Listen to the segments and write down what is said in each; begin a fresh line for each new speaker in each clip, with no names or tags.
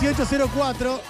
1804.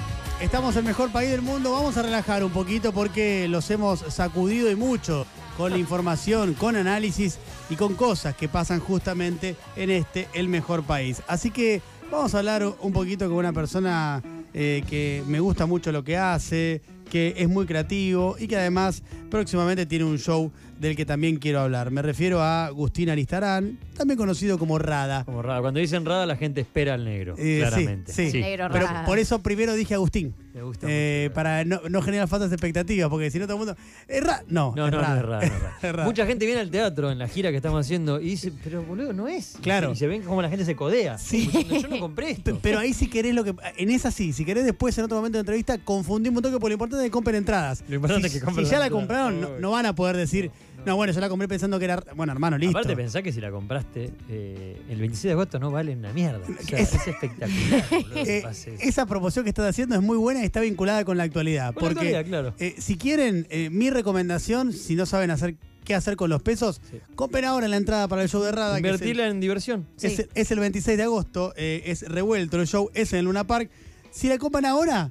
Estamos en el mejor país del mundo. Vamos a relajar un poquito porque los hemos sacudido y mucho con la información, con análisis y con cosas que pasan justamente en este, el mejor país. Así que vamos a hablar un poquito con una persona eh, que me gusta mucho lo que hace, que es muy creativo y que además próximamente tiene un show del que también quiero hablar. Me refiero a Agustín Aristarán, también conocido como Rada.
Como Rada. Cuando dicen Rada, la gente espera al negro,
Eh, sí,
claramente.
sí.
Negro
Pero
Rada.
por eso primero dije Agustín.
Me gusta
Eh,
mucho.
para no, no generar falsas expectativas, porque si no todo el mundo. Es ra- No,
No,
es
no, no
raro.
es raro. no es raro.
Es raro.
Mucha gente viene al teatro en la gira que estamos haciendo y dice, pero boludo, no es.
Claro.
Y se ven como la gente se codea. Sí. Yo no compré esto.
Pero ahí si querés lo que. En esa sí, si querés después en otro momento de entrevista, confundí un montón que por lo importante es que compren entradas.
Lo importante
si,
es que compren
si ya la
las entradas.
compraron, no,
Obvio.
no van a poder decir, no, bueno, yo la compré pensando que era. Bueno, hermano, listo.
Aparte pensá que si la compraste eh, el 26 de agosto no vale una mierda. O sea,
Es-
es, espectacular. boludo, que
Eh,
pase eso.
esa promoción que estás haciendo es muy buena y está vinculada con la actualidad.
Con la
porque
actualidad, claro.
eh, si quieren, eh, mi recomendación, si no saben hacer qué hacer con los pesos,
Sí.
compren ahora la entrada para el show de Rada. que es el-
Invertirla en diversión.
Es,
Sí.
es el 26 de agosto, eh, es revuelto el show, es en el Luna Park. Si la compran ahora,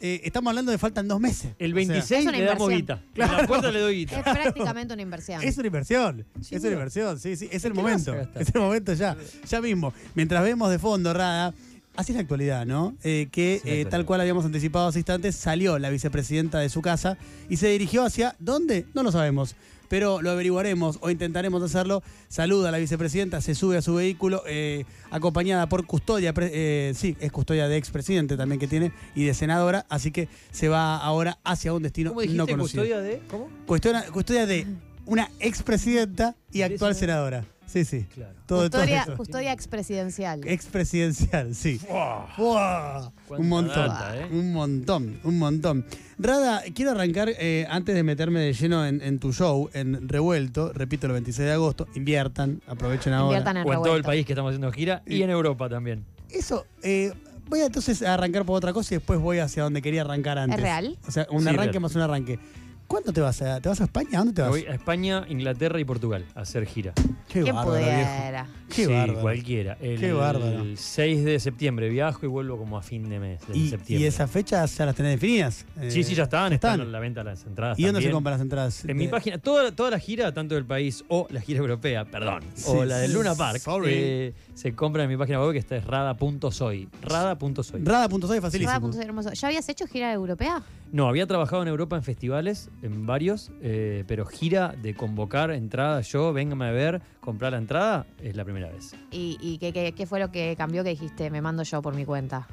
eh, estamos hablando de faltan dos meses.
El
O sea,
26
Es una
le damos
inversión.
guita. En la puerta le doy guita.
Es prácticamente una inversión.
es una inversión,
Sin
es una
duda.
inversión, sí, sí, es el
qué vas
momento,
a gastar?
es el momento ya, ya mismo. Mientras vemos de fondo, Rada, así es la actualidad, ¿no? Eh, que
Así es la
eh,
actualidad.
tal cual habíamos anticipado hace instantes, salió la vicepresidenta de su casa y se dirigió hacia, ¿dónde? No lo sabemos, pero lo averiguaremos o intentaremos hacerlo. Saluda a la vicepresidenta, se sube a su vehículo, eh, acompañada por custodia, pre- eh, sí, es custodia de expresidente también que tiene y de senadora, así que se va ahora hacia un destino
¿Cómo dijiste?
no conocido.
custodia de. ¿Cómo?
Cuestiona- custodia de una expresidenta y
De
actual
senadora.
senadora. Sí, sí.
Claro.
Todo, todo
custodia,
eso.
custodia expresidencial.
Expresidencial, sí. Buah,
Cuánta
Un montón.
data, ¿eh?
Un montón, un montón. Rada, quiero arrancar eh, antes de meterme de lleno en, en tu show, en Revuelto, repito, el 26 de agosto. Inviertan, aprovechen ahora.
Inviertan en
O en todo el
revuelto.
país que estamos haciendo gira y en Europa también.
Eso, eh, voy a, entonces a arrancar por otra cosa y después voy hacia donde quería arrancar antes.
real?
O sea, un
Sí,
arranque
real.
más un arranque. ¿Cuándo te vas? A, ¿Te vas a España? ¿A dónde te
Me
vas?
Voy a España, Inglaterra y Portugal a hacer gira.
Qué
¿Quién
bárbaro, viejo.
pudiera?
Qué
sí,
bárbaro.
cualquiera. El,
Qué bárbaro.
el 6 de septiembre viajo y vuelvo como a fin de mes, de
Y,
septiembre.
y esas fechas ya las tenés definidas.
Sí,
Eh,
sí, ya estaban, están
están.
en la venta las entradas.
¿Y dónde se
también.
compran las entradas? Eh,
En mi
De-
página, toda, toda la gira, tanto del país o la gira europea, perdón, o
Sí,
la del Luna Park,
sorry.
eh, se compra en mi página web que está es rada.soy.
Rada.soy
Rada.soy.
es
Rada
facilísimo.
Punto Soy hermoso. ¿Ya habías hecho gira europea?
No, había trabajado en Europa en festivales, en varios, eh, pero gira de convocar entrada, yo, véngame a ver, comprar la entrada, es la primera vez.
¿Y, y qué, qué- qué fue lo que cambió que dijiste? Me mando yo por mi cuenta.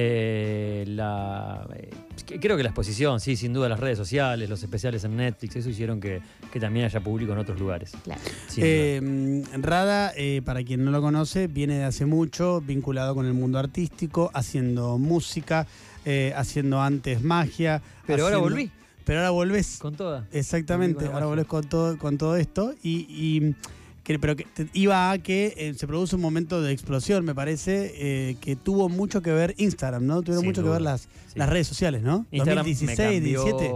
Eh, la, eh, que- creo que la exposición, sí, sin duda las redes sociales, los especiales en Netflix, eso hicieron que, que también haya público en otros lugares.
Claro.
sin
Eh, mm, Rada, eh, para quien no lo conoce, viene de hace mucho, vinculado con el mundo artístico, haciendo música, eh, haciendo antes magia.
duda. pero ahora
haciendo-
volví,
Pero ahora volvés.
con toda.
Exactamente,
Volví con la
ahora
magia.
volvés con todo, con todo esto y, y que- pero que te- iba a que eh, se produce un momento de explosión, me parece, eh, que tuvo mucho que ver Instagram, ¿no? Tuvieron
Sin
mucho que
duda,
ver las,
sí.
las redes sociales, ¿no?
Instagram
2016,
me cambió
17,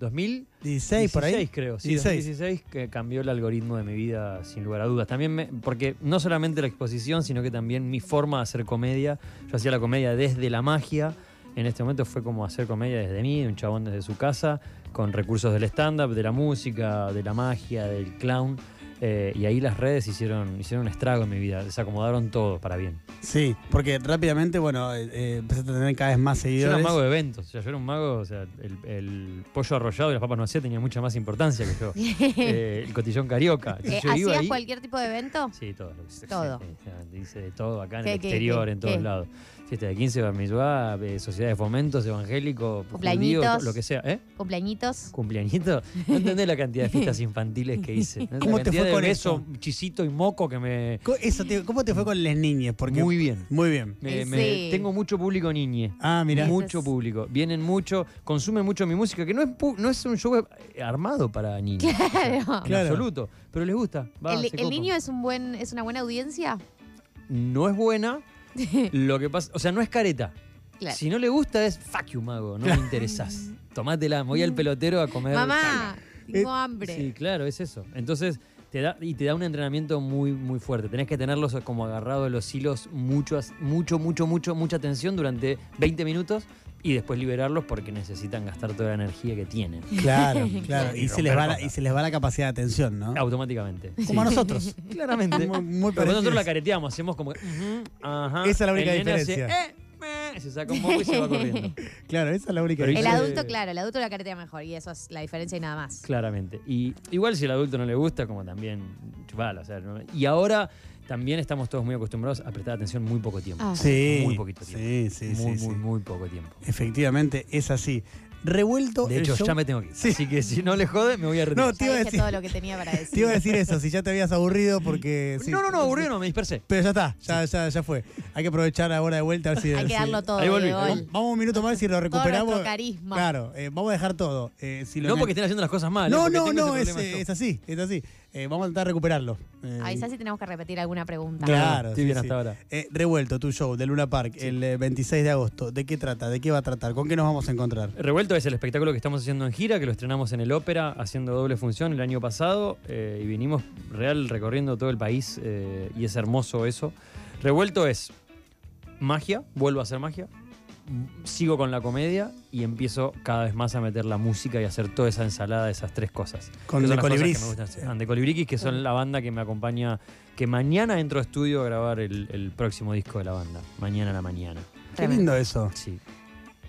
2000
16 por ahí.
creo, sí,
16.
2016 que cambió el algoritmo de mi vida sin lugar a dudas. También me- porque no solamente la exposición, sino que también mi forma de hacer comedia. Yo hacía la comedia desde la magia. En este momento fue como hacer comedia desde mí, un chabón desde su casa, con recursos del stand-up, de la música, de la magia, del clown. Eh, y ahí las redes hicieron, hicieron un estrago en mi vida, desacomodaron todo para bien.
Sí, porque rápidamente, bueno, eh, eh, empezaste a tener cada vez más
Yo era
seguidores.
un mago de eventos, o sea, yo era un mago, o sea, el, el pollo arrollado y las papas no hacía tenía mucha más importancia que yo. Eh, el cotillón carioca.
Eh,
Entonces yo iba
¿Hacías
ahí-
cualquier tipo de evento?
Sí, todo. lo que se-
Todo.
sí, sí, Hice de todo acá en
¿Qué,
el
qué,
exterior,
qué,
en todos
qué?
lados. Fiesta de 15, Bar Mitzvah, eh, Sociedad de Fomentos, Evangélico, judío,
Cumpleañitos.
lo que sea. ¿Eh?
¿Cumpleañitos?
¿Cumpleañito? No entendés la cantidad de fiestas infantiles que hice. ¿no? La
¿Cómo te
cantidad
fue
de
con
beso, chisito y moco que me...
Co- Eso, te- ¿Cómo te fue con las niñas? Porque
Muy bien.
muy bien.
me-
Y
me-
Eh, sí.
Tengo mucho público niñe.
Ah, mira.
Muy-
Mucho público. Vienen mucho, consumen mucho mi música, que no es, pu- no es un show eh, armado para niños. o sea,
Claro.
en
Claro.
absoluto. Pero les gusta. va,
¿El,
se
el
copan.
niño es un buen es una buena audiencia?
No es buena. Lo que pasa, o sea, no es careta.
Claro.
Si no le gusta es fuck you, mago, no me interesás. Tomátela, me voy al pelotero a comer.
Mm. Mamá,
Eh,
tengo hambre.
Sí, claro, es eso. Entonces, Te da, y te da un entrenamiento muy, muy fuerte. Tenés que tenerlos como agarrados de los hilos muchos, mucho, mucho, mucho, mucha tensión durante 20 minutos y después liberarlos porque necesitan gastar toda la energía que tienen.
Claro, claro. Y
Y
se, les va la,
romper
y se les va la capacidad de atención, ¿no?
Automáticamente.
Como a nosotros.
Claramente.
Muy, muy
Pero nosotros la
parecidos.
careteamos, hacemos como que, ujú, ajá.
Esa es la
El
única
nene hace,
diferencia.
"Eh, meh", se saca un poco y se va corriendo.
Claro, esa es la única
Pero
El
Dice-
diferencia.
adulto, claro, el adulto la cartea mejor y eso es la diferencia y nada más.
Claramente. Y igual si al adulto no le gusta, como también chupala. o sea, ¿no? Y ahora también estamos todos muy acostumbrados a prestar atención muy poco tiempo.
Ah.
Sí.
Muy poquito
Sí, sí, sí.
muy,
sí.
muy, muy poco tiempo.
Efectivamente, es así. Revuelto.
De
el
hecho,
show-
ya me tengo que ir.
Sí.
Así que si no le jode, me voy a
No,
retirar.
te
Ya
iba a
dije
decir.
todo lo que tenía para decir.
Te iba a decir eso, si ya te habías aburrido, porque. sí.
No, no, no, aburrido no, me dispersé.
Pero ya está, ya, ya, ya fue. Hay que aprovechar ahora de vuelta a ver si.
Hay que
si-
darlo todo,
Ahí volví,
Diego.
ahí
Vamos, vamos un minuto más y lo recuperamos.
nuestro carisma.
Claro, eh, vamos a dejar todo. Eh, si lo
No
engan-
porque estén haciendo las cosas mal. ¿eh?
no,
Porque
no,
tengo
no,
ese
es,
problema
eh,
yo.
es así, es así. Eh, vamos a intentar recuperarlo. Eh,
Avisá si tenemos que repetir alguna pregunta.
Claro,
Estoy
sí,
bien
sí.
hasta ahora.
Eh, revuelto, tu show de Luna Park, el eh, 26 de agosto. ¿De qué trata? ¿De qué va a tratar? ¿Con qué nos vamos a encontrar?
Revuelto es el espectáculo que estamos haciendo en gira, que lo estrenamos en el Ópera, haciendo doble función el año pasado, eh, y vinimos real recorriendo todo el país, eh, y es hermoso eso. Revuelto es magia, vuelvo a hacer magia, m- sigo con la comedia y empiezo cada vez más a meter la música y a hacer toda esa ensalada de esas tres cosas.
Con
Que
The
son las cosas
Colibrís. Eh.
que me gustan hacer. Ah, The Colibriquis, que son la banda que me acompaña, que mañana entro a estudio a grabar el, el próximo disco de la banda, mañana a la mañana.
Qué
Tremendo.
lindo eso,
Sí.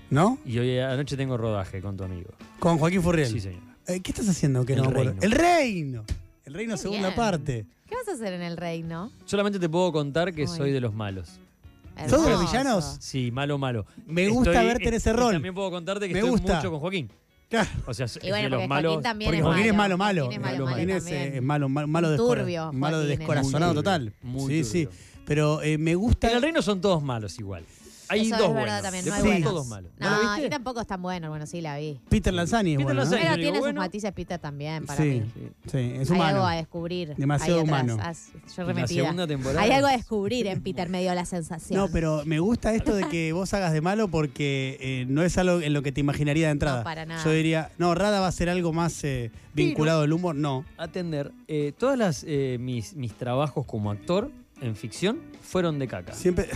¿no?
Y hoy anoche tengo rodaje con tu amigo.
Con Joaquín Furriel.
Sí, señor.
Eh, ¿Qué estás haciendo? Que
El
no me acuerdo?
Reino.
El reino. El reino,
Qué
segunda
bien.
parte.
¿Qué vas a hacer en el reino?
Solamente te puedo contar que
Ay.
soy de los malos.
¿Sos de los
Hermoso.
villanos?
Sí, malo, malo.
Me gusta
Estoy-
verte en ese
y
rol.
También puedo contarte que
Me
estoy
gusta.
mucho con Joaquín.
Claro.
O sea, es
Y
de
bueno, porque
los
Joaquín
malos.
también
Porque
porque
es
Joaquín es malo,
malo,
malo.
Joaquín es
malo,
Joaquín
malo
es, eh,
también.
es malo, malo, malo
Un
descora-
turbio,
Malo
Joaquín es.
descorazonado
Muy
total.
turbio,
sí,
muy turbio.
sí. Pero eh, me gusta.
En el reino son todos malos igual. Hay
Eso
dos
es
buenos.
verdad también, no
Después
hay
son
buenos.
todos malos.
No,
¿No lo
y
viste?
tampoco es tan bueno. Bueno, sí, la vi.
Peter Lanzani es
Peter
bueno, ¿no?
Lanzani.
Pero
digo,
tiene sus
bueno.
matices Peter también, para
Sí,
mí.
Sí.
sí, es
Hay algo
humano.
a descubrir.
Demasiado
ahí atrás.
humano.
Ah, yo
Y La
remetida.
segunda temporada.
Hay algo a descubrir en Peter, me dio la sensación.
No, pero me gusta esto de que vos hagas de malo porque eh, no es algo en lo que te imaginaría de entrada.
No, para nada.
Yo diría, no, Rada va a ser algo más eh, vinculado al humor. No.
Atender. Eh, todas las eh, mis, mis trabajos como actor en ficción fueron de caca.
Siempre.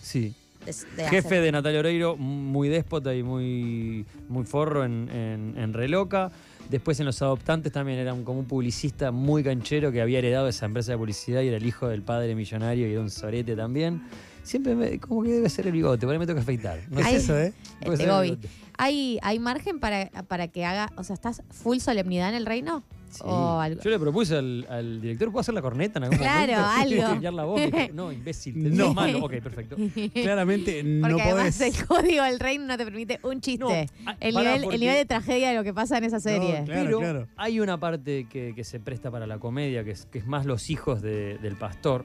sí.
De- de
Jefe
hacer-
de Natalia Oreiro, muy déspota y muy, muy forro en, en- en Reloca. Después en Los Adoptantes también era un, como un publicista muy canchero que había heredado esa empresa de publicidad y era el hijo del padre millonario y era un sorete también. Siempre me- como que debe ser el bigote, por ahí me toca afeitar. No
Es
Ay,
eso, ¿eh?
puede
este
ser el
Bobby.
bigote.
¿Hay, ¿Hay margen para, para que haga, o sea, estás full solemnidad en el reino?
Sí.
O Oh, algo.
Yo le propuse al, al director, ¿puedo hacer la corneta en algún
Claro,
momento?
algo.
Cambiar la voz. Me dijo, No, imbécil, te
No.
no. malo. Ok, perfecto.
Claramente no
Porque además
podés.
el código del reino no te permite un chiste.
No, ah,
el,
pará,
nivel,
porque-
el nivel de tragedia de lo que pasa en esa serie.
claro,
Pero
claro.
hay una parte que, que se presta para la comedia, que es, que es más los hijos de- del pastor,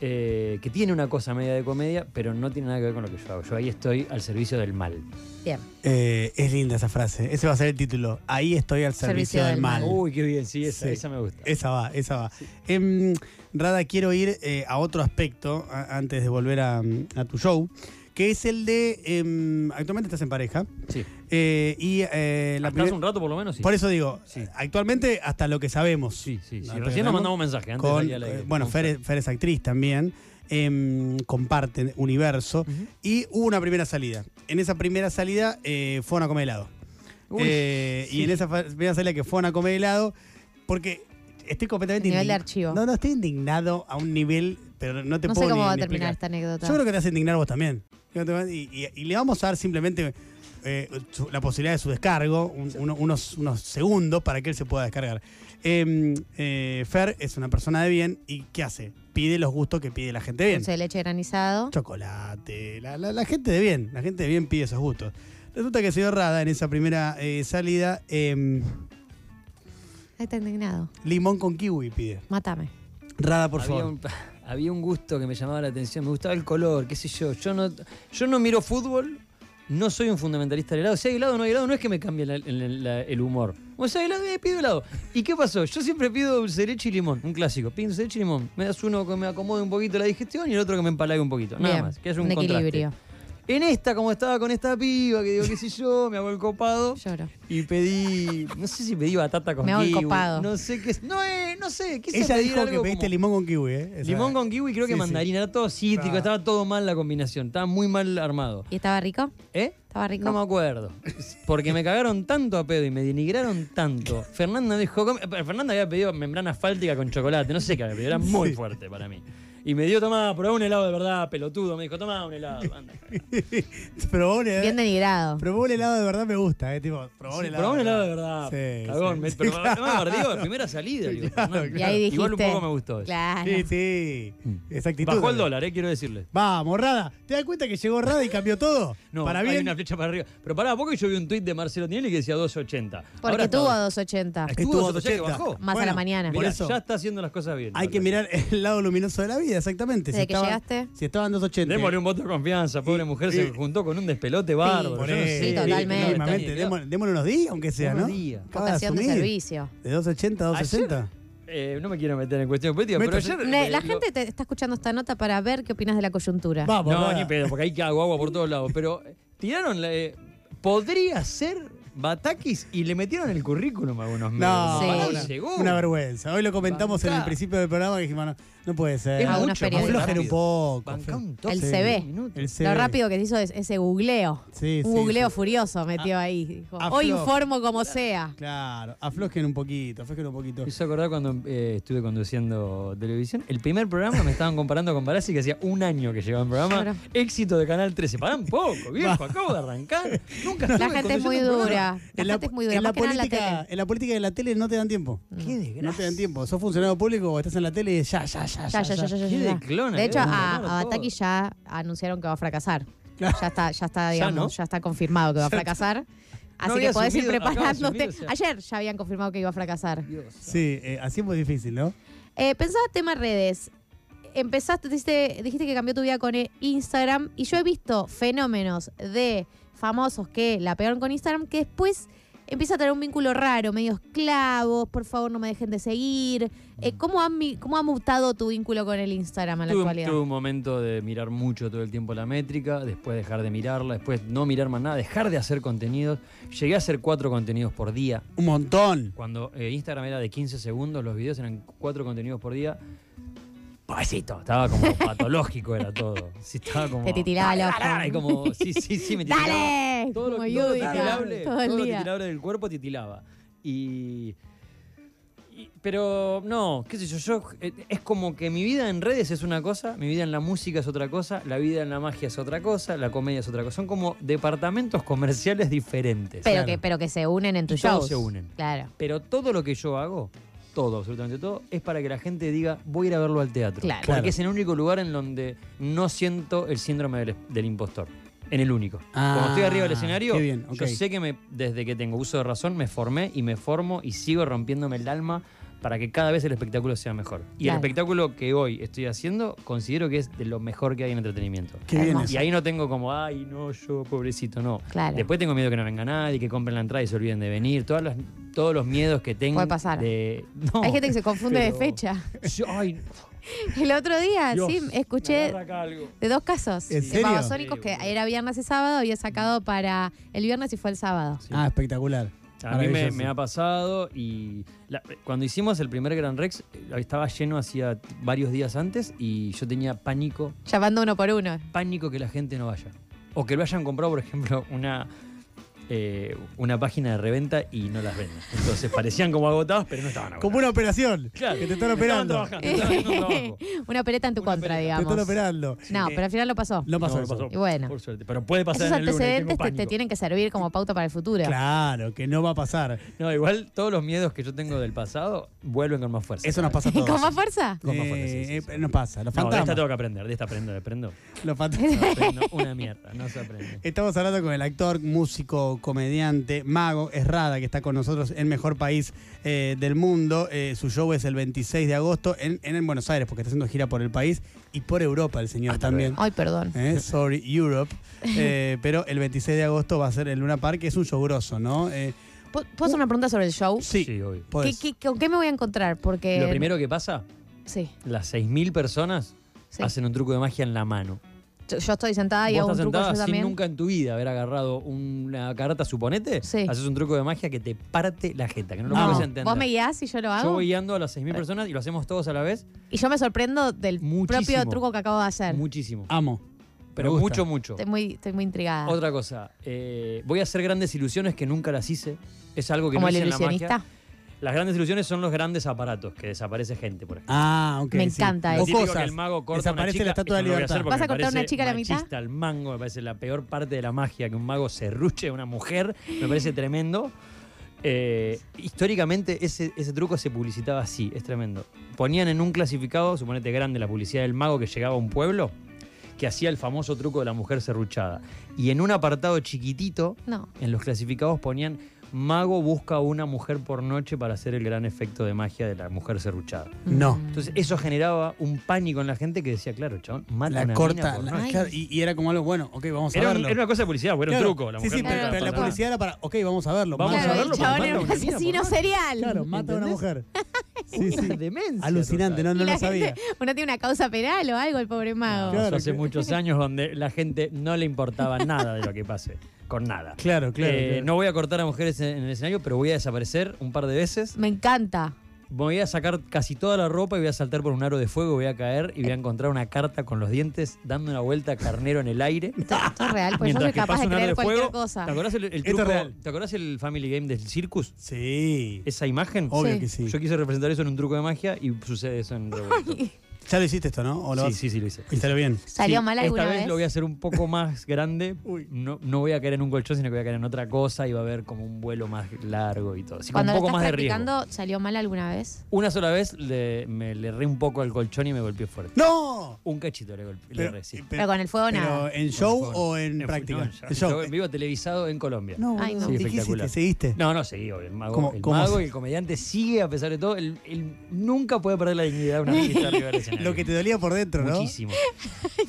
eh, que tiene una cosa media de comedia, pero no tiene nada que ver con lo que yo hago. Yo ahí estoy al servicio del mal.
Bien.
Eh, es linda esa frase. Ese va a ser el título. Ahí estoy al servicio,
Servicio del
del mal.
mal.
Uy, qué bien, sí, esa,
Sí.
esa me gusta.
Esa va, esa va. Em, Rada, quiero ir eh, a otro aspecto a- antes de volver a, mm, a tu show, que es el de. em, actualmente estás en pareja.
Sí.
eh, y eh, la
Hasta hace
primer-
un rato por lo menos, sí.
Por eso digo,
Sí.
actualmente hasta lo que sabemos.
Sí, sí, sí.
Antes de
Recién nos
Ramón,
mandamos un mensaje. Antes
Con,
de ahí al aire.
eh, bueno, Fer es, Fer es actriz también. em, comparten universo.
Ujú.
Y hubo una primera salida. En esa primera salida eh, fueron a comer helado.
Uy,
Eh, Y
sí.
en esa fa- primera salida que fueron a comer helado, porque estoy completamente
Nivel de
indign-
archivo.
No, no, estoy indignado a un nivel, pero no te
No
puedo
sé cómo
ni-
va a
ni
terminar
explicar.
esta anécdota.
Yo creo que te hace indignar vos también. Y, y- y le vamos a dar simplemente eh, su- la posibilidad de su descargo, un- uno- unos, unos segundos para que él se pueda descargar. Eh, eh, Fer es una persona de bien y ¿qué hace? Pide los gustos que pide la gente de bien
Dulce de leche granizado.
chocolate. La, la- la gente de bien, la gente de bien pide esos gustos. Resulta que el señor Rada en esa primera eh, salida, em,
Ay, Está indignado.
limón con kiwi pide.
Mátame.
Rada, por
había
favor.
Un, había un gusto que me llamaba la atención, me gustaba el color, qué sé yo. Yo no, yo no miro fútbol, no soy un fundamentalista del helado. Si hay helado o no hay helado, no es que me cambie la- el, la- el humor. O sea, helado, eh, pido helado. ¿Y qué pasó? Yo siempre pido dulce de leche y limón, un clásico. Pido dulce de leche y limón. Me das uno que me acomode un poquito la digestión y el otro que me empalague un poquito. Nada
Bien.
más, que haya un,
un
contraste.
equilibrio.
En esta, como estaba con esta piba, que digo, qué sé yo, me hago el copado.
Lloro.
Y pedí, no sé si pedí batata con
Me hago el
kiwi,
copado.
No sé qué, es- no, eh, no sé, quise
Ella
pedir
dijo que
algo
pediste
como-
limón con kiwi, ¿eh? Esa-
Limón con kiwi, creo que
Sí, sí.
mandarina, era todo cítrico,
Ah.
estaba todo mal la combinación, estaba muy mal armado.
¿Y estaba rico?
¿Eh?
Estaba rico.
No me acuerdo. Porque me cagaron tanto a pedo y me denigraron tanto. Fernanda dijo. "Come-". Eh, Fernanda había pedido membrana asfáltica con chocolate. No sé qué había pedido. Era muy
Sí.
fuerte para mí. Y me dio, tomá, probá un helado de verdad, pelotudo. Me dijo, tomá un helado. anda".
Probó un helado-
Bien denigrado.
probó un helado de verdad, me gusta, ¿eh? Tipo, probó un
Sí,
helado.
probá un helado de
verdad.
verdad.
Sí,
cagón.
sí,
me,
sí,
pero,
claro.
no, perdido de primera salida. digo,
claro,
Fernanda.
claro.
Y ahí dijiste.
Igual un poco me gustó eso.
Claro.
Sí, sí. Esa actitud.
Bajó el dólar, eh, quiero decirle.
Vamos, Rada. ¿Te das cuenta que llegó Rada y cambió todo?
No,
Para
hay
bien.
una flecha para arriba. Pero pará, poco yo vi un tuit de Marcelo Tinelli que decía 2.80.
Porque
Ahora
tuvo
está-
2.80.
Estuvo
Estuvo
2.80 que
80.
bajó.
Más a la mañana.
Por
Mirá,
eso
ya está haciendo las cosas bien.
hay que mirar el lado luminoso de la vida, exactamente.
Desde que llegaste.
Si estaban 280.
Démosle un voto de confianza, pobre
Y-
mujer,
y-
se juntó con un despelote bárbaro.
Por
yo no
eso.
sé.
Sí, totalmente.
No, está
Mínimamente,
bien,
démosle, démosle unos días, aunque sea,
Unos
¿no?
días.
Acaba de
Vocación de
asumir.
servicio.
De 280 a 260.
eh, no me quiero meter en cuestión política, pero
Métase.
ayer...
Ne-
eh,
La
lo-
gente te está escuchando esta nota para ver qué opinas de la coyuntura.
Vamos,
No,
Rada.
ni pedo, porque ahí que hago agua por todos lados. Pero eh, tiraron la... eh, Podría ser Batakis y le metieron el currículum a unos
No,
Sí.
medios.
una,
Llegó.
una vergüenza. Hoy lo comentamos en el
Bancá.
principio del programa que dijimos, no, no puede ser.
Es
A
mucho
unos
más
periodistas.
rápido.
Aflojen un poco.
Bancá un toque.
El
Sí.
CV.
Minuto.
El
Lo
CV.
rápido que hizo es- ese googleo.
Sí,
Un
sí,
googleo
sí.
furioso metió ahí. Dijo,
afloja.
Hoy informo como sea.
Claro, aflojen un poquito, aflojen un poquito.
Me hizo acordar cuando eh, estuve conduciendo televisión. El primer programa me estaban comparando con Barassi, que hacía un año que llegaba en programa.
Claro.
Éxito de Canal 13. Paran poco, viejo. Acabo de arrancar. Nunca estuve
La gente es
conduciendo
muy
un programa.
dura. La, gente Ah, es muy dura.
en la
más que nada en la
política,
tele. Mm.
en la política de la tele no te dan tiempo.
Qué desgracia.
No te dan tiempo. Sos funcionario público o estás en la tele y ya, ya, ya,
Ya, ya, ya, ya, ya,
Qué
ya.
de eh, clona,
De hecho,
qué de
a,
clona,
a
todo.
Bataki ya anunciaron que va a fracasar.
Claro.
Ya está, ya está, digamos, ya,
¿no?
está confirmado que va a fracasar. Así que
había
podés ir
asumido, acaba de
preparándote.
asumir, o sea.
Ayer ya habían confirmado que iba a fracasar.
Dios.
Sí, eh, así es muy difícil, ¿no?
Eh, pensaba tema redes. Empezaste, dijiste, dijiste que cambió tu vida con eh, Instagram y yo he visto fenómenos de famosos que la pegaron con Instagram que después empieza a tener un vínculo raro, medio esclavos, por favor no me dejen de seguir. Eh, ¿cómo, ha, mi- ¿Cómo ha mutado tu vínculo con el Instagram en la
Tuve, un-
actualidad?
tuve un momento de mirar mucho todo el tiempo la métrica, después dejar de mirarla, después no mirar más nada, dejar de hacer contenidos. Llegué a hacer cuatro contenidos por día.
Un montón.
Cuando eh, Instagram era de 15 segundos, los videos eran cuatro contenidos por día. Pobrecito, estaba como patológico era todo. Sí, estaba como,
Te titilaba el
¡Ay,
ojo.
ay, ay! como sí, sí, sí, me titilaba.
¡Dale!
Todo lo, todo
Como
lo
Yudica,
titilable,
todo el
todo lo
día.
titilable del cuerpo titilaba. Y, y- pero no, qué sé yo, yo eh, es como que mi vida en redes es una cosa, mi vida en la música es otra cosa, la vida en la magia es otra cosa, la comedia es otra cosa. Son como departamentos comerciales diferentes.
Pero,
Claro.
que, pero que se unen en tus
Y todos
shows.
se unen.
Claro,
Pero todo lo que yo hago, todo, absolutamente todo, es para que la gente diga, voy a ir a verlo al teatro.
Claro.
Porque es el único lugar en donde no siento el síndrome del, del impostor. En el único.
Ah,
Cuando estoy arriba del escenario,
qué bien, ok.
yo sé que me, desde que tengo uso de razón me formé y me formo y sigo rompiéndome el alma para que cada vez el espectáculo sea mejor. Y
Claro.
el espectáculo que hoy estoy haciendo considero que es de lo mejor que hay en entretenimiento.
Qué bien
Hermoso.
eso.
Y ahí no tengo como, ay, no, yo, pobrecito, no.
claro.
Después tengo miedo que no venga nadie, que compren la entrada y se olviden de venir. Todas las- todos los miedos que tengo.
Puede pasar.
De, no.
Hay gente que se confunde de
pero-
fecha.
Yo- ay,
El otro día,
Dios,
Ah, sí,
me
escuché
agarra acá algo.
de dos casos.
¿En
de
serio?
babasónicos que era viernes y sábado, había
Mm.
sacado para el viernes y fue el sábado.
Sí.
Ah, espectacular.
A mí me,
Maravilloso.
me ha pasado y la- cuando hicimos el primer Gran Rex eh, estaba lleno hacía varios días antes y yo tenía pánico,
Llamando uno por uno.
pánico que la gente no vaya. O que lo hayan comprado, por ejemplo, una, eh, una página de reventa y no las venden. Entonces parecían como agotadas, pero no estaban agotadas.
Como una operación.
Claro.
Que te están
Estaban
operando.
trabajando, estaban haciendo un trabajo.
Una peleta en tu
Una
contra,
peleta.
Te están
digamos.
operando.
No, pero al final lo pasó.
No pasó
No,
eso.
pasó.
Y bueno.
Por suerte. Pero puede pasar en
Esos
el lunes, tengo
antecedentes te, te
pánico.
tienen que servir como pauta para el futuro.
Claro, que no va a pasar.
No, igual todos los miedos que yo tengo del pasado vuelven con más fuerza.
Eso nos pasa a todos.
¿Con más fuerza?
Con más fuerza, sí,
Eh,
sí,
eh,
sí.
Nos pasa, los
No, de esta
fantasmas.
tengo que aprender, de esta aprendo, aprendo.
los fantasmas.
No, aprendo una mierda, no se aprende.
Estamos hablando con el actor, músico, comediante, mago, Errada, que está con nosotros en Mejor País eh, del Mundo. Eh, su show es el 26 de agosto en, en Buenos Aires, porque está haciendo gira por el país y por Europa el
Ah,
señor también.
Ay, perdón.
Eh, sorry, Europe. Eh, pero el 26 de agosto va a ser el Luna Park, que es un show grosso, ¿no? Eh,
¿Puedo puedo hacer una pregunta sobre el show?
sí,
obvio.
¿Qué,
podés.
qué- con qué me voy a encontrar? Porque.
Lo primero que pasa,
Sí,
las 6.000 personas
sí.
hacen un truco de magia en la mano.
Yo estoy sentada y hago
Vos
un
estás
truco
sentada
yo
sin
también.
nunca en tu vida haber agarrado una carta, suponete,
Sí.
haces un truco de magia que te parte la jeta, que no lo
No.
puedes entender.
¿Vos me guiás y yo lo hago?
Yo voy guiando a las 6.000 personas y lo hacemos todos a la vez,
Y yo me sorprendo del propio
Muchísimo.
truco que acabo de hacer.
muchísimo.
Amo.
Pero
gusta.
mucho, mucho.
Estoy muy, estoy muy intrigada.
Otra cosa, eh, voy a hacer grandes ilusiones que nunca las hice. Es algo que
Como
no
el
hice en la magia.
ilusionista.
Las grandes ilusiones son los grandes aparatos, que desaparece gente, por ejemplo.
Ah, ok.
Me
sí.
encanta
O
eso.
Típico que
cosas.
el mago corta
Desaparece
una chica,
la estatua de
esto no lo voy a
libertad.
hacer porque
¿Vas a
me
cortar una
parece
chica a la mitad?
machista al mango, me parece la peor parte de la magia, que un mago serruche a una mujer, me parece tremendo. Eh, históricamente ese, ese truco se publicitaba así, es tremendo. Ponían en un clasificado, suponete grande, la publicidad del mago que llegaba a un pueblo, que hacía el famoso truco de la mujer serruchada. Y en un apartado chiquitito,
No.
en los clasificados ponían mago busca a una mujer por noche para hacer el gran efecto de magia de la mujer serruchada.
No.
Entonces eso generaba un pánico en la gente que decía, claro, chabón, mata a
La
una mina
corta.
por
la-
noche.
claro, y, y era como algo bueno. Ok, vamos a
Era, un-
verlo.
era una cosa de publicidad, bueno, era
Claro,
un truco. La
sí, sí,
mujer
pero,
mata
mata
la
a una
publicidad era para. Ok, vamos a verlo.
Vamos a
claro,
verlo
el
porque
chabón
mata
era
a
un
una mina,
asesino
por
serial.
Claro, mata a una
¿Entendés?
mujer. Sí,
persona.
sí.
Demencia
Alucinante,
total.
no, no
Y la
lo sabía.
gente, uno tiene una causa penal o algo, el pobre mago.
Claro,
Eso hace
que-
muchos años donde la gente no le importaba nada de lo que pase, con nada.
Claro, claro.
Eh,
claro.
No voy a cortar a mujeres en, en el escenario, pero voy a desaparecer un par de veces.
Me encanta.
Voy a sacar casi toda la ropa y voy a saltar por un aro de fuego, voy a caer y voy a encontrar una carta con los dientes dando una vuelta carnero en el aire.
Esto, esto es real, pues yo
Mientras
soy
que
capaz
pasa
de
un aro
creer
de
cualquier
fuego.
cosa.
¿Te acordás el, el
Esto es
truco?
real.
¿Te acordás el Family Game del Circus?
Sí.
Esa imagen.
Obvio
Sí.
que sí.
Yo quise representar eso en un truco de magia y sucede eso en Revuelto.
Ya lo hiciste esto, ¿no? ¿O lo
Sí,
vas-
sí, sí, lo hice.
Y salió bien.
¿Salió
Sí,
mal alguna
Esta
vez?
vez lo voy a hacer un poco más grande. No, no voy a caer en un colchón, sino que voy a caer en otra cosa y va a haber como un vuelo más largo y todo. Así que
Cuando
un
lo
poco
estás
más de riesgo.
practicando, ¿salió mal alguna vez?
Una sola vez le, me le erré un poco al colchón y me golpeé fuerte.
¡No!
Un cachito le golpeé. le
Pero,
erré, sí.
Pero con el fuego nada.
pero en show
Por
o
favor.
en
Eh,
práctica.
no,
en
ya.
show.
Yo en vivo televisado en Colombia.
No,
Ay,
no.
no.
¿Qué
Espectacular.
hiciste? ¿Seguiste?
No, no, seguí, obvio. El mago,
¿Cómo-
el,
cómo
mago
hace?
y el comediante sigue a pesar de todo. El, el- nunca puede perder la dignidad de una fiesta arriba del escenario.
Lo que te dolía por dentro, ¿no?
Muchísimo.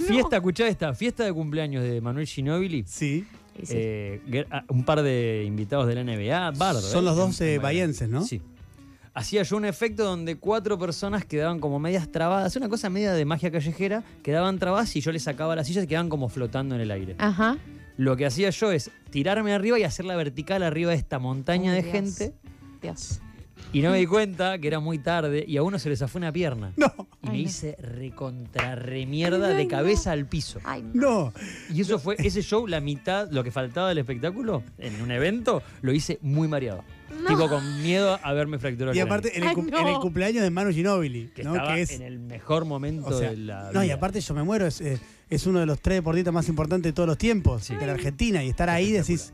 Fiesta, escuchá esta. Fiesta de cumpleaños de Manuel Ginóbili.
Sí.
Y sí.
Eh, gra- ah, un par de invitados de la NBA. Bardo,
Son
¿eh?
los dos,
En- en
eh,
Bahía.
bahienses, ¿no?
Sí. Hacía yo un efecto donde cuatro personas quedaban como medias trabadas. Una cosa media de magia callejera. Quedaban trabadas y yo les sacaba las sillas y quedaban como flotando en el aire.
Ah.
Ajá.
Lo que hacía yo es tirarme arriba y hacerla vertical arriba de esta montaña
Oh,
de
Dios.
gente.
Dios.
Y no me di cuenta que era muy tarde y a uno se le zafó una pierna.
No,
Y me
Ay, no.
hice recontra remierda
Ay,
de
no. Ah.
cabeza al piso.
Ay, no.
no.
Y eso fue, ese show, la mitad, lo que faltaba del espectáculo, en un evento, lo hice muy mareado.
No.
Tipo con miedo a haberme fracturado.
Y
el
aparte, en el,
Ay,
cum-
no.
en el cumpleaños de Manu Ginóbili,
cráneo, que
¿no?
estaba
Que es.
en el mejor momento
o sea,
de la
no, y
vida.
aparte yo me muero, es, eh, es uno de los tres deportistas más importantes de todos los tiempos
Sí.
de la Argentina. Y estar ahí decís.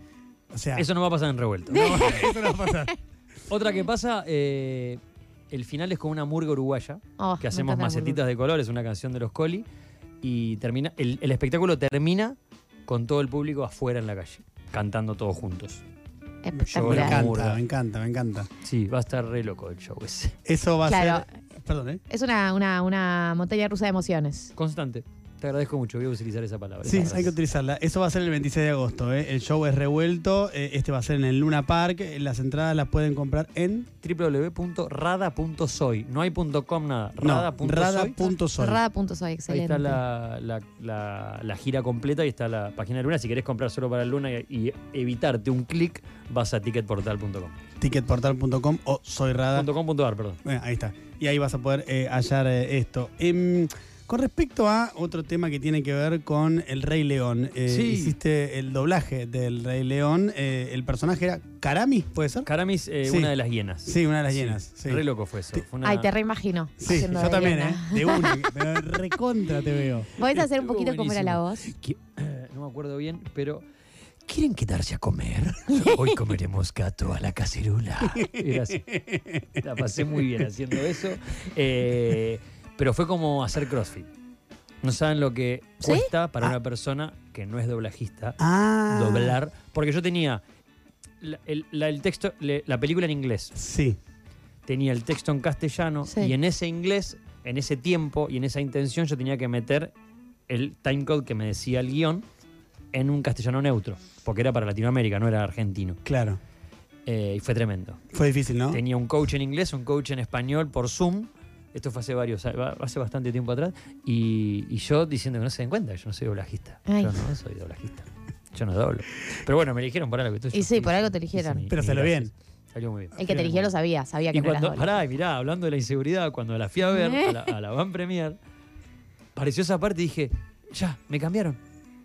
O sea,
Eso no va a pasar en revuelto.
no, eso no va a pasar.
Otra que pasa, eh, el final es con una murga uruguaya.
Oh,
que
me
hacemos
encanta la
macetitas de colores, una canción de los Coli, y termina, el, el espectáculo termina con todo el público afuera en la calle, cantando todos juntos.
hamburguesa.
Me
Hola,
Espectacular.
encanta,
Murga.
me encanta, me encanta.
Sí, va a estar re loco el show ese.
Eso va
Claro.
a ser. Perdón, ¿eh?
Es una, una, una montaña rusa de emociones.
Constante, te agradezco mucho, voy a utilizar esa palabra.
Sí,
esa frase.
hay que utilizarla. Eso va a ser el 26 de agosto. ¿eh? El show es revuelto. eh, Este va a ser en el Luna Park. eh, Las entradas las pueden comprar en
www.rada.soy, no hay punto .com nada,
no,
rada.soy.
rada.sol.
Cerrada.soy,
Ahí
excelente.
está la, la- la- la gira completa y está la página de Luna. Si querés comprar solo para Luna y, y evitarte un clic, vas a ticketportal.com.
Ticketportal.com o soyrada.
.com.ar, perdón.
Bueno, ahí está. Y ahí vas a poder eh, hallar eh, esto. Em, con respecto a otro tema que tiene que ver con el Rey León. eh,
Sí.
Hiciste el doblaje del Rey León. eh, el personaje era Karami, ¿puede ser?
Caramis, eh,
Sí.
una de las hienas.
Sí, una de las
Sí,
llenas. Sí,
Re loco fue eso. Fue una-
Ay, te reimagino.
Sí,
haciendo de
yo también, ¿eh?
Diana.
De una. Pero recontra te veo.
¿Podés hacer un
Estuvo
poquito cómo era la voz?
Que- eh, no me acuerdo bien, pero. ¿Quieren quedarse a comer? Hoy comeremos gato a la cacerola. Era así. La pasé muy bien haciendo eso. Eh, pero fue como hacer CrossFit. No saben lo que
¿Sí?
cuesta para
Ah.
una persona que no es doblajista
Ah.
doblar. Porque yo tenía la- el, la- el texto, le- la película en inglés.
Sí.
tenía el texto en castellano
Sí.
y en ese inglés, en ese tiempo y en esa intención yo tenía que meter el timecode que me decía el guión en un castellano neutro, porque era para Latinoamérica, no era argentino.
Claro.
Eh, y fue tremendo.
Fue difícil, ¿no?
Tenía un coach en inglés, un coach en español por Zoom. Esto fue hace varios, a- hace bastante tiempo atrás. Y, y yo diciendo que no se den cuenta que yo no soy doblajista.
Ay.
Yo no soy doblajista. Yo no doblo. Pero bueno, me eligieron por algo. entonces
Y
yo
sí,
feliz.
por algo
Hice
te eligieron.
mi-
Pero
mi
salió
gracias.
bien.
Salió muy bien.
El que te eligió lo sabía, sabía que
Y
no eras
cuando,
doble.
pará, y mirá, hablando de la inseguridad, cuando la fui a ver a la, a la Van Premier, pareció esa parte y dije, ya, me cambiaron.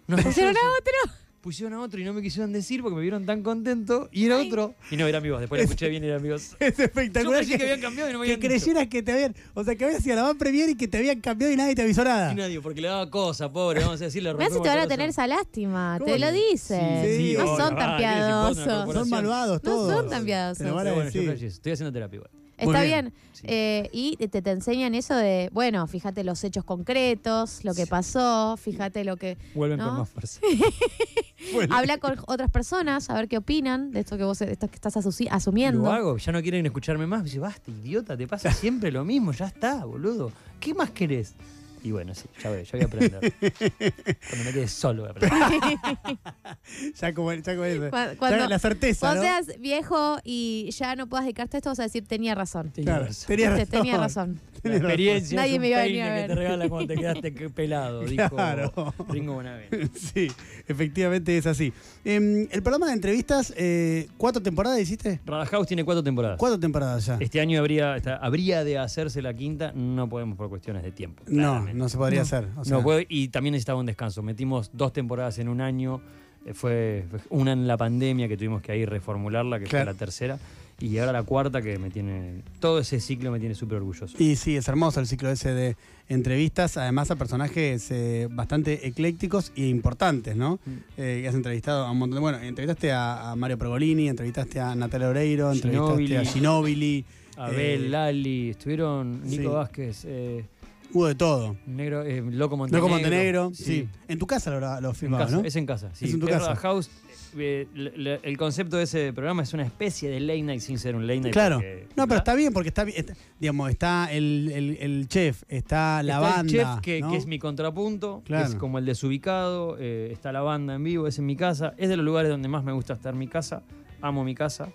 No, no,
Pusieron
yo no sé. Pusieron a otro y no me quisieron decir porque me vieron tan contento y era otro. Y no, eran amigos, después lo escuché bien, eran amigos.
Es
Yo
espectacular
pensé
que,
que, habían cambiado y no me
que
habían dicho.
creyeras que te habían. O sea, que habías ido a la van Premier y que te habían cambiado y nadie te avisó nada.
Y nadie, porque le daba cosa, pobre, vamos a decirle.
Me hace te van a tener esa lástima,
¿Cómo
te lo
no?
dicen.
Sí, sí,
no
obvio, Ah,
son tan
va, ¿qué les importa una
piadosos.
Son malvados
No
todos.
son tan piadosos.
Te lo van a
Pero bueno, yo
decir.
flashé, estoy haciendo terapia igual.
Muy
Está bien.
Sí.
Eh, y te, te enseñan eso de, bueno, fíjate los hechos concretos, lo que pasó, fíjate lo que...
Vuelven
¿No?
con más fuerza.
Bueno,
Habla con otras personas, a ver qué opinan de esto que vos de esto que estás asu- asumiendo.
Lo hago, ya no quieren escucharme más. Me dice, basta, idiota, te pasa siempre lo mismo, ya está, boludo. ¿Qué más querés? Y bueno, sí, ya veo, yo voy a aprender. Cuando me quede solo voy a aprender.
ya como, ya como eso.
Cu-
Ya
cuando-
la certeza.
Cuando
¿no?
seas viejo y ya no puedas dedicarte a esto, vas a decir, tenía razón.
Tenía
Claro,
razón.
tenía
Viste,
razón.
Tenía razón.
La experiencia
Nadie
es un
me iba a venir
peine
a
que
ver.
te regalan cuando te quedaste que- pelado,
Claro.
dijo Ringo Bonavena.
Sí, efectivamente es así. Em, el programa de entrevistas, eh, ¿cuatro temporadas hiciste?
Radahouse tiene cuatro temporadas.
¿Cuatro temporadas ya?
Este año habría, está- habría de hacerse la quinta, no podemos por cuestiones de tiempo.
No,
claramente.
no se podría hacer. o sea,
No puedo- y también necesitaba un descanso. Metimos dos temporadas en un año. eh, Fue fue una en la pandemia que tuvimos que ahí reformularla, que
Claro.
fue la tercera. Y ahora la cuarta que me tiene. Todo ese ciclo me tiene súper orgulloso.
Y sí, es hermoso el ciclo ese de entrevistas, además a personajes eh, bastante eclécticos e importantes, ¿no?
Mm.
Eh, que has entrevistado a un montón de... Bueno, entrevistaste a, a Mario Pergolini, entrevistaste a Natalia Oreiro, entrevistaste
Ginóbili.
a Ginóbili,
Abel,
Eh,
Lali, estuvieron Nico
sí.
Vázquez, eh,
hubo de todo.
Negro, eh, Loco
Loco
Montenegro.
Montenegro, sí. En tu casa lo, lo
En
filmabas,
casa,
¿no?
Es en casa, sí.
Es en tu
Es
casa.
House, eh, le- le- el concepto de ese programa es una especie de late night sin ser un late night.
Claro.
porque-
No, pero
¿verdad?
está bien porque está, bien, está- digamos, está el, el- el chef, está la
está
banda.
el chef, que,
¿no?
que es mi contrapunto, que es
Claro.
como el desubicado, eh, está la banda en vivo, es en mi casa, es de los lugares donde más me gusta estar mi casa, amo mi casa,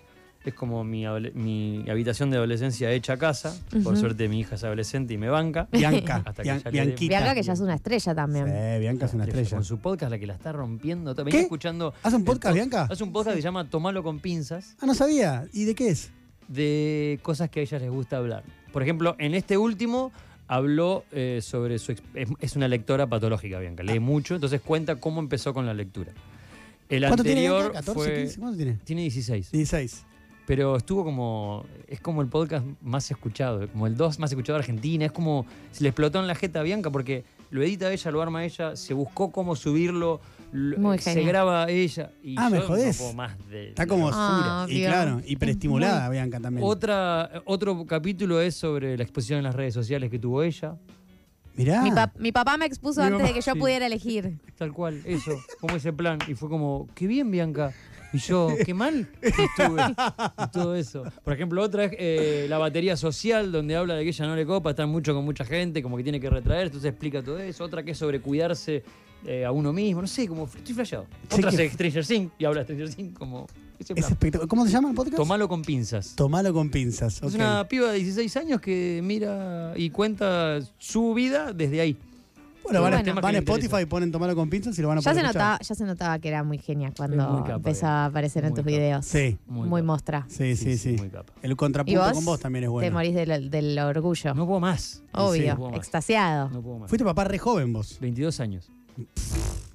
es como mi, adole- mi habitación de adolescencia hecha casa, por
Ujú.
suerte mi hija es adolescente y me banca.
Bianca,
Hasta que
Bian-
ya le den-
Bianquita.
Bianca, que ya es una estrella también.
Sí, Bianca es una estrella.
Con su podcast, la que la está rompiendo. Venía
¿Qué?
escuchando.
¿Hace un
el
podcast,
po-
Bianca?
Hace un podcast que se llama Tomalo con pinzas.
Ah, no sabía. ¿Y de qué es?
de cosas que a ellas les gusta hablar. Por ejemplo, en este último habló eh, sobre su... ex- Es, es una lectora patológica, Bianca,
Ah.
lee mucho, entonces cuenta cómo empezó con la lectura. El
¿Cuánto tiene
anterior
Bianca? 14,
fue...
15? ¿Cuánto tiene?
Tiene 16,
16.
pero estuvo como... Es como el podcast más escuchado, como el 2 más escuchado de Argentina, es como... Se le explotó en la jeta a Bianca porque lo edita ella, lo arma ella, se buscó cómo subirlo, lo-
Muy
se
genial.
graba ella y
Ah, me
yo no
jodés.
puedo más de...
Está como.
Ah,
y
Bianca.
claro, hiperestimulada Bianca también.
Otra, otro capítulo es sobre la exposición en las redes sociales que tuvo ella.
Mirá.
Mi, pap- mi papá me expuso
Ah. Mi
antes
mamá,
de que yo
sí.
pudiera elegir.
Tal cual, eso, como ese plan. Y fue como, qué bien, Bianca. Y yo, qué mal que estuve. Y todo eso. Por ejemplo, otra es eh, la batería social, donde habla de que ella no le copa estar mucho con mucha gente, como que tiene que retraer, entonces explica todo eso. Otra que es sobre cuidarse eh, a uno mismo. No sé, como estoy flasheado.
Che,
Otra
que-
es Stranger Things y habla de Stranger Things como ese
Es
plan.
espectacular. ¿Cómo se llama el podcast?
Tomalo con pinzas.
Tomalo con pinzas.
Es
ok.
una piba de 16 años que mira y cuenta su vida desde ahí.
Bueno, van, a-
Bueno.
van
Temas
a
que le
Spotify y ponen Tomalo con pinzas y lo van a
Ya
poder
se,
escuchar.
notaba, ya se notaba que era muy genia
Es muy
cuando
capa,
empezaba a aparecer en
Muy
tus
capa.
videos.
Sí,
Muy,
capa.
mostra.
sí, sí, sí.
Muy capa.
El
¿Y
contrapunto
vos?
con vos también es
Te
bueno.
morís del, del orgullo.
No puedo más.
Ah.
Sí, no
Obvio,
puedo más.
extasiado.
No puedo más.
Fuiste papá re joven vos.
22 años.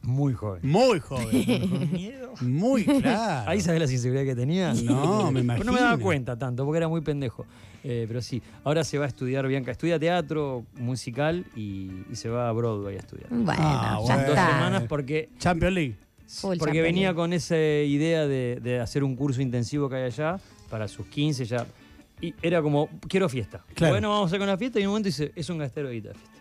Muy joven.
Muy joven.
Con miedo.
Muy claro.
Ahí sabes la inseguridad que tenía.
No, me
Pero No me daba
imagino.
cuenta tanto, porque era muy pendejo. Eh, pero sí, ahora se va a estudiar Bianca. Estudia teatro musical y, y se va a Broadway a estudiar.
Bueno,
Ah,
ya
bueno.
Dos
está.
semanas porque
Champions League.
Full
Porque
Champions
venía
League.
con esa idea de, de hacer un curso intensivo que hay allá para sus 15 ya. Y era como, quiero fiesta.
Claro.
Bueno, vamos a hacer con la fiesta y en un momento dice, es un gastero de guita de fiesta.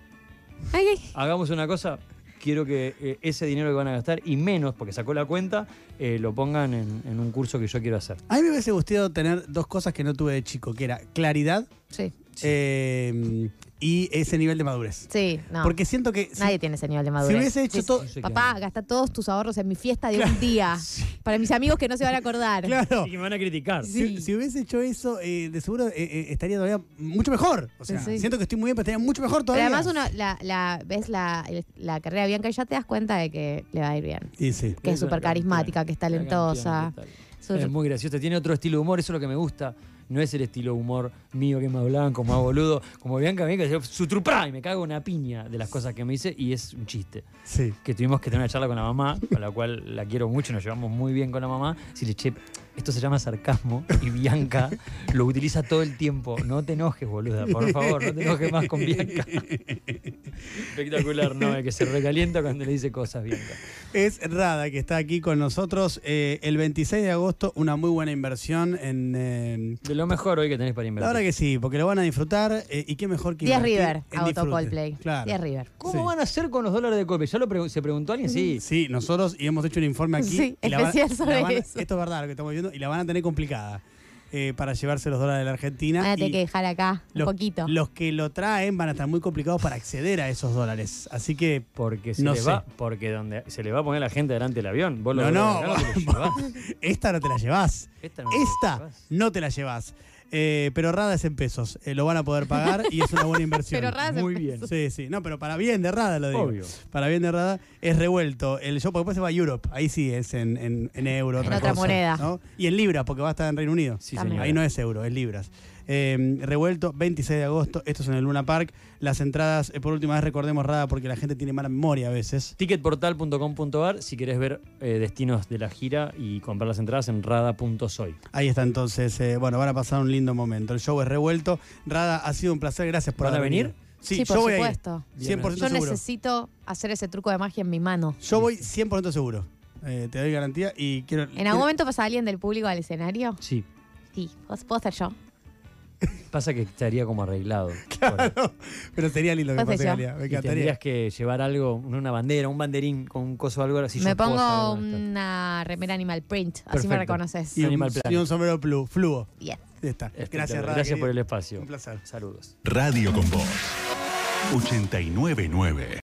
Ay, ay.
Hagamos una cosa, quiero que eh, ese dinero que van a gastar y menos, porque sacó la cuenta, eh, lo pongan en, en un curso que yo quiero hacer.
A mí me hubiese gustado tener dos cosas que no tuve de chico, que era claridad
Sí,
eh, y ese nivel de madurez.
sí, no.
Porque siento que si,
Nadie tiene ese nivel de madurez.
si hubiese hecho
Sí, sí.
todo...
No sé qué
Papá,
onda.
gasta todos tus ahorros en mi fiesta de un día. para mis amigos que no se van a acordar.
Claro.
Y que me van a criticar.
Sí.
Si, si hubiese hecho eso, eh, de seguro eh, eh, estaría todavía mucho mejor. O sea,
Sí.
siento que estoy muy bien, pero estaría mucho mejor
Pero
todavía.
además uno la, la- ves la, el- la carrera de Bianca y ya te das cuenta de que le va a ir bien.
Y sí.
Que es
Esa
súper
la cantidad,
carismática, que es
la cantidad,
talentosa.
¿qué tal?
Su-
Es muy graciosa, tiene otro estilo de humor, eso es lo que me gusta. No es el estilo de humor mío que me hablaban como más boludo, como Bianca me dice, su trupá, y me cago una piña de las cosas que me dice y es un chiste.
Sí.
Que tuvimos que tener una charla con la mamá, con la cual la quiero mucho, nos llevamos muy bien con la mamá. Si le che, esto se llama sarcasmo y Bianca lo utiliza todo el tiempo. No te enojes, boluda, por favor, no te enojes más con Bianca. Espectacular, no, es que se recalienta cuando le dice cosas Bianca.
Es Rada que está aquí con nosotros eh, el 26 de agosto, una muy buena inversión en... eh,
De lo mejor hoy que tenés para
la
invertir.
verdad que sí, porque lo van a disfrutar eh, y qué mejor que...
Díaz
invertir
River,
en
auto
disfrute.
Coldplay.
Claro.
Díaz River.
¿Cómo
Sí.
van a hacer con los dólares de Coldplay? ¿Ya lo pregu- se preguntó alguien? Sí.
Mm.
Sí, nosotros y hemos hecho un informe aquí.
Sí,
y la van-
especial
la
sobre
van a-
eso.
Esto es verdad lo que estamos viendo y la van a tener complicada eh, para llevarse los dólares de la Argentina.
Ahora
y
te que dejar acá un poquito.
Los que lo traen van a estar muy complicados para acceder a esos dólares. Así que
Porque se
No
le
sé.
va, porque donde se le va a poner la gente delante del avión. Vos lo
No, no.
lo te lo llevás.
esta no te la llevas.
Esta no te la
Esta
llevás.
no te la llevas. Eh, pero Rada es en pesos. Eh, lo van a poder pagar y es una buena inversión.
Pero Rada es en
Muy bien.
Sí, sí. No, pero para bien de Rada lo digo.
Obvio.
Para bien de Rada es revuelto. El show, porque después se va a Europe. Ahí sí es en, en, en euro.
En otra
cosa,
moneda.
¿no? Y en libras, porque va a estar en Reino Unido.
Sí,
También.
señora.
Ahí no es euro, es libras. Eh, revuelto, 26 de agosto. Esto es en el Luna Park. Las entradas, eh, por última vez, recordemos Rada, porque la gente tiene mala memoria a veces.
Ticketportal.com.ar si querés ver eh, destinos de la gira y comprar las entradas en rada.soy.
Ahí está entonces. eh, bueno, van a pasar un lindo momento. El show es revuelto. Rada, ha sido un placer. Gracias por
¿Van a
haber
venir?
venido. Sí,
Sí,
yo
por
voy
supuesto.
a ir. 100% seguro.
Yo necesito hacer ese truco de magia en mi mano.
Yo voy 100% seguro. Eh, te doy garantía y quiero.
¿En algún momento pasa alguien del público al escenario?
Sí.
Sí, ¿puedo puedo ser yo?
Pasa que estaría como arreglado.
Claro, pero sería lindo que
Pues
pase
eso.
Galia, Me
Y
encantaría.
tendrías que llevar algo, una bandera, un banderín con un coso o algo así.
me
yo puedo
pongo
saber dónde está.
una remera animal print, así
Perfecto.
me reconoces.
Y un,
Animal Planet.
y un sombrero plu- fluo.
Yes.
Ahí está. Gracias,
Espectacular.
Rada.
Gracias por el
querido.
espacio.
Un placer.
Saludos.
Radio con Voz 899.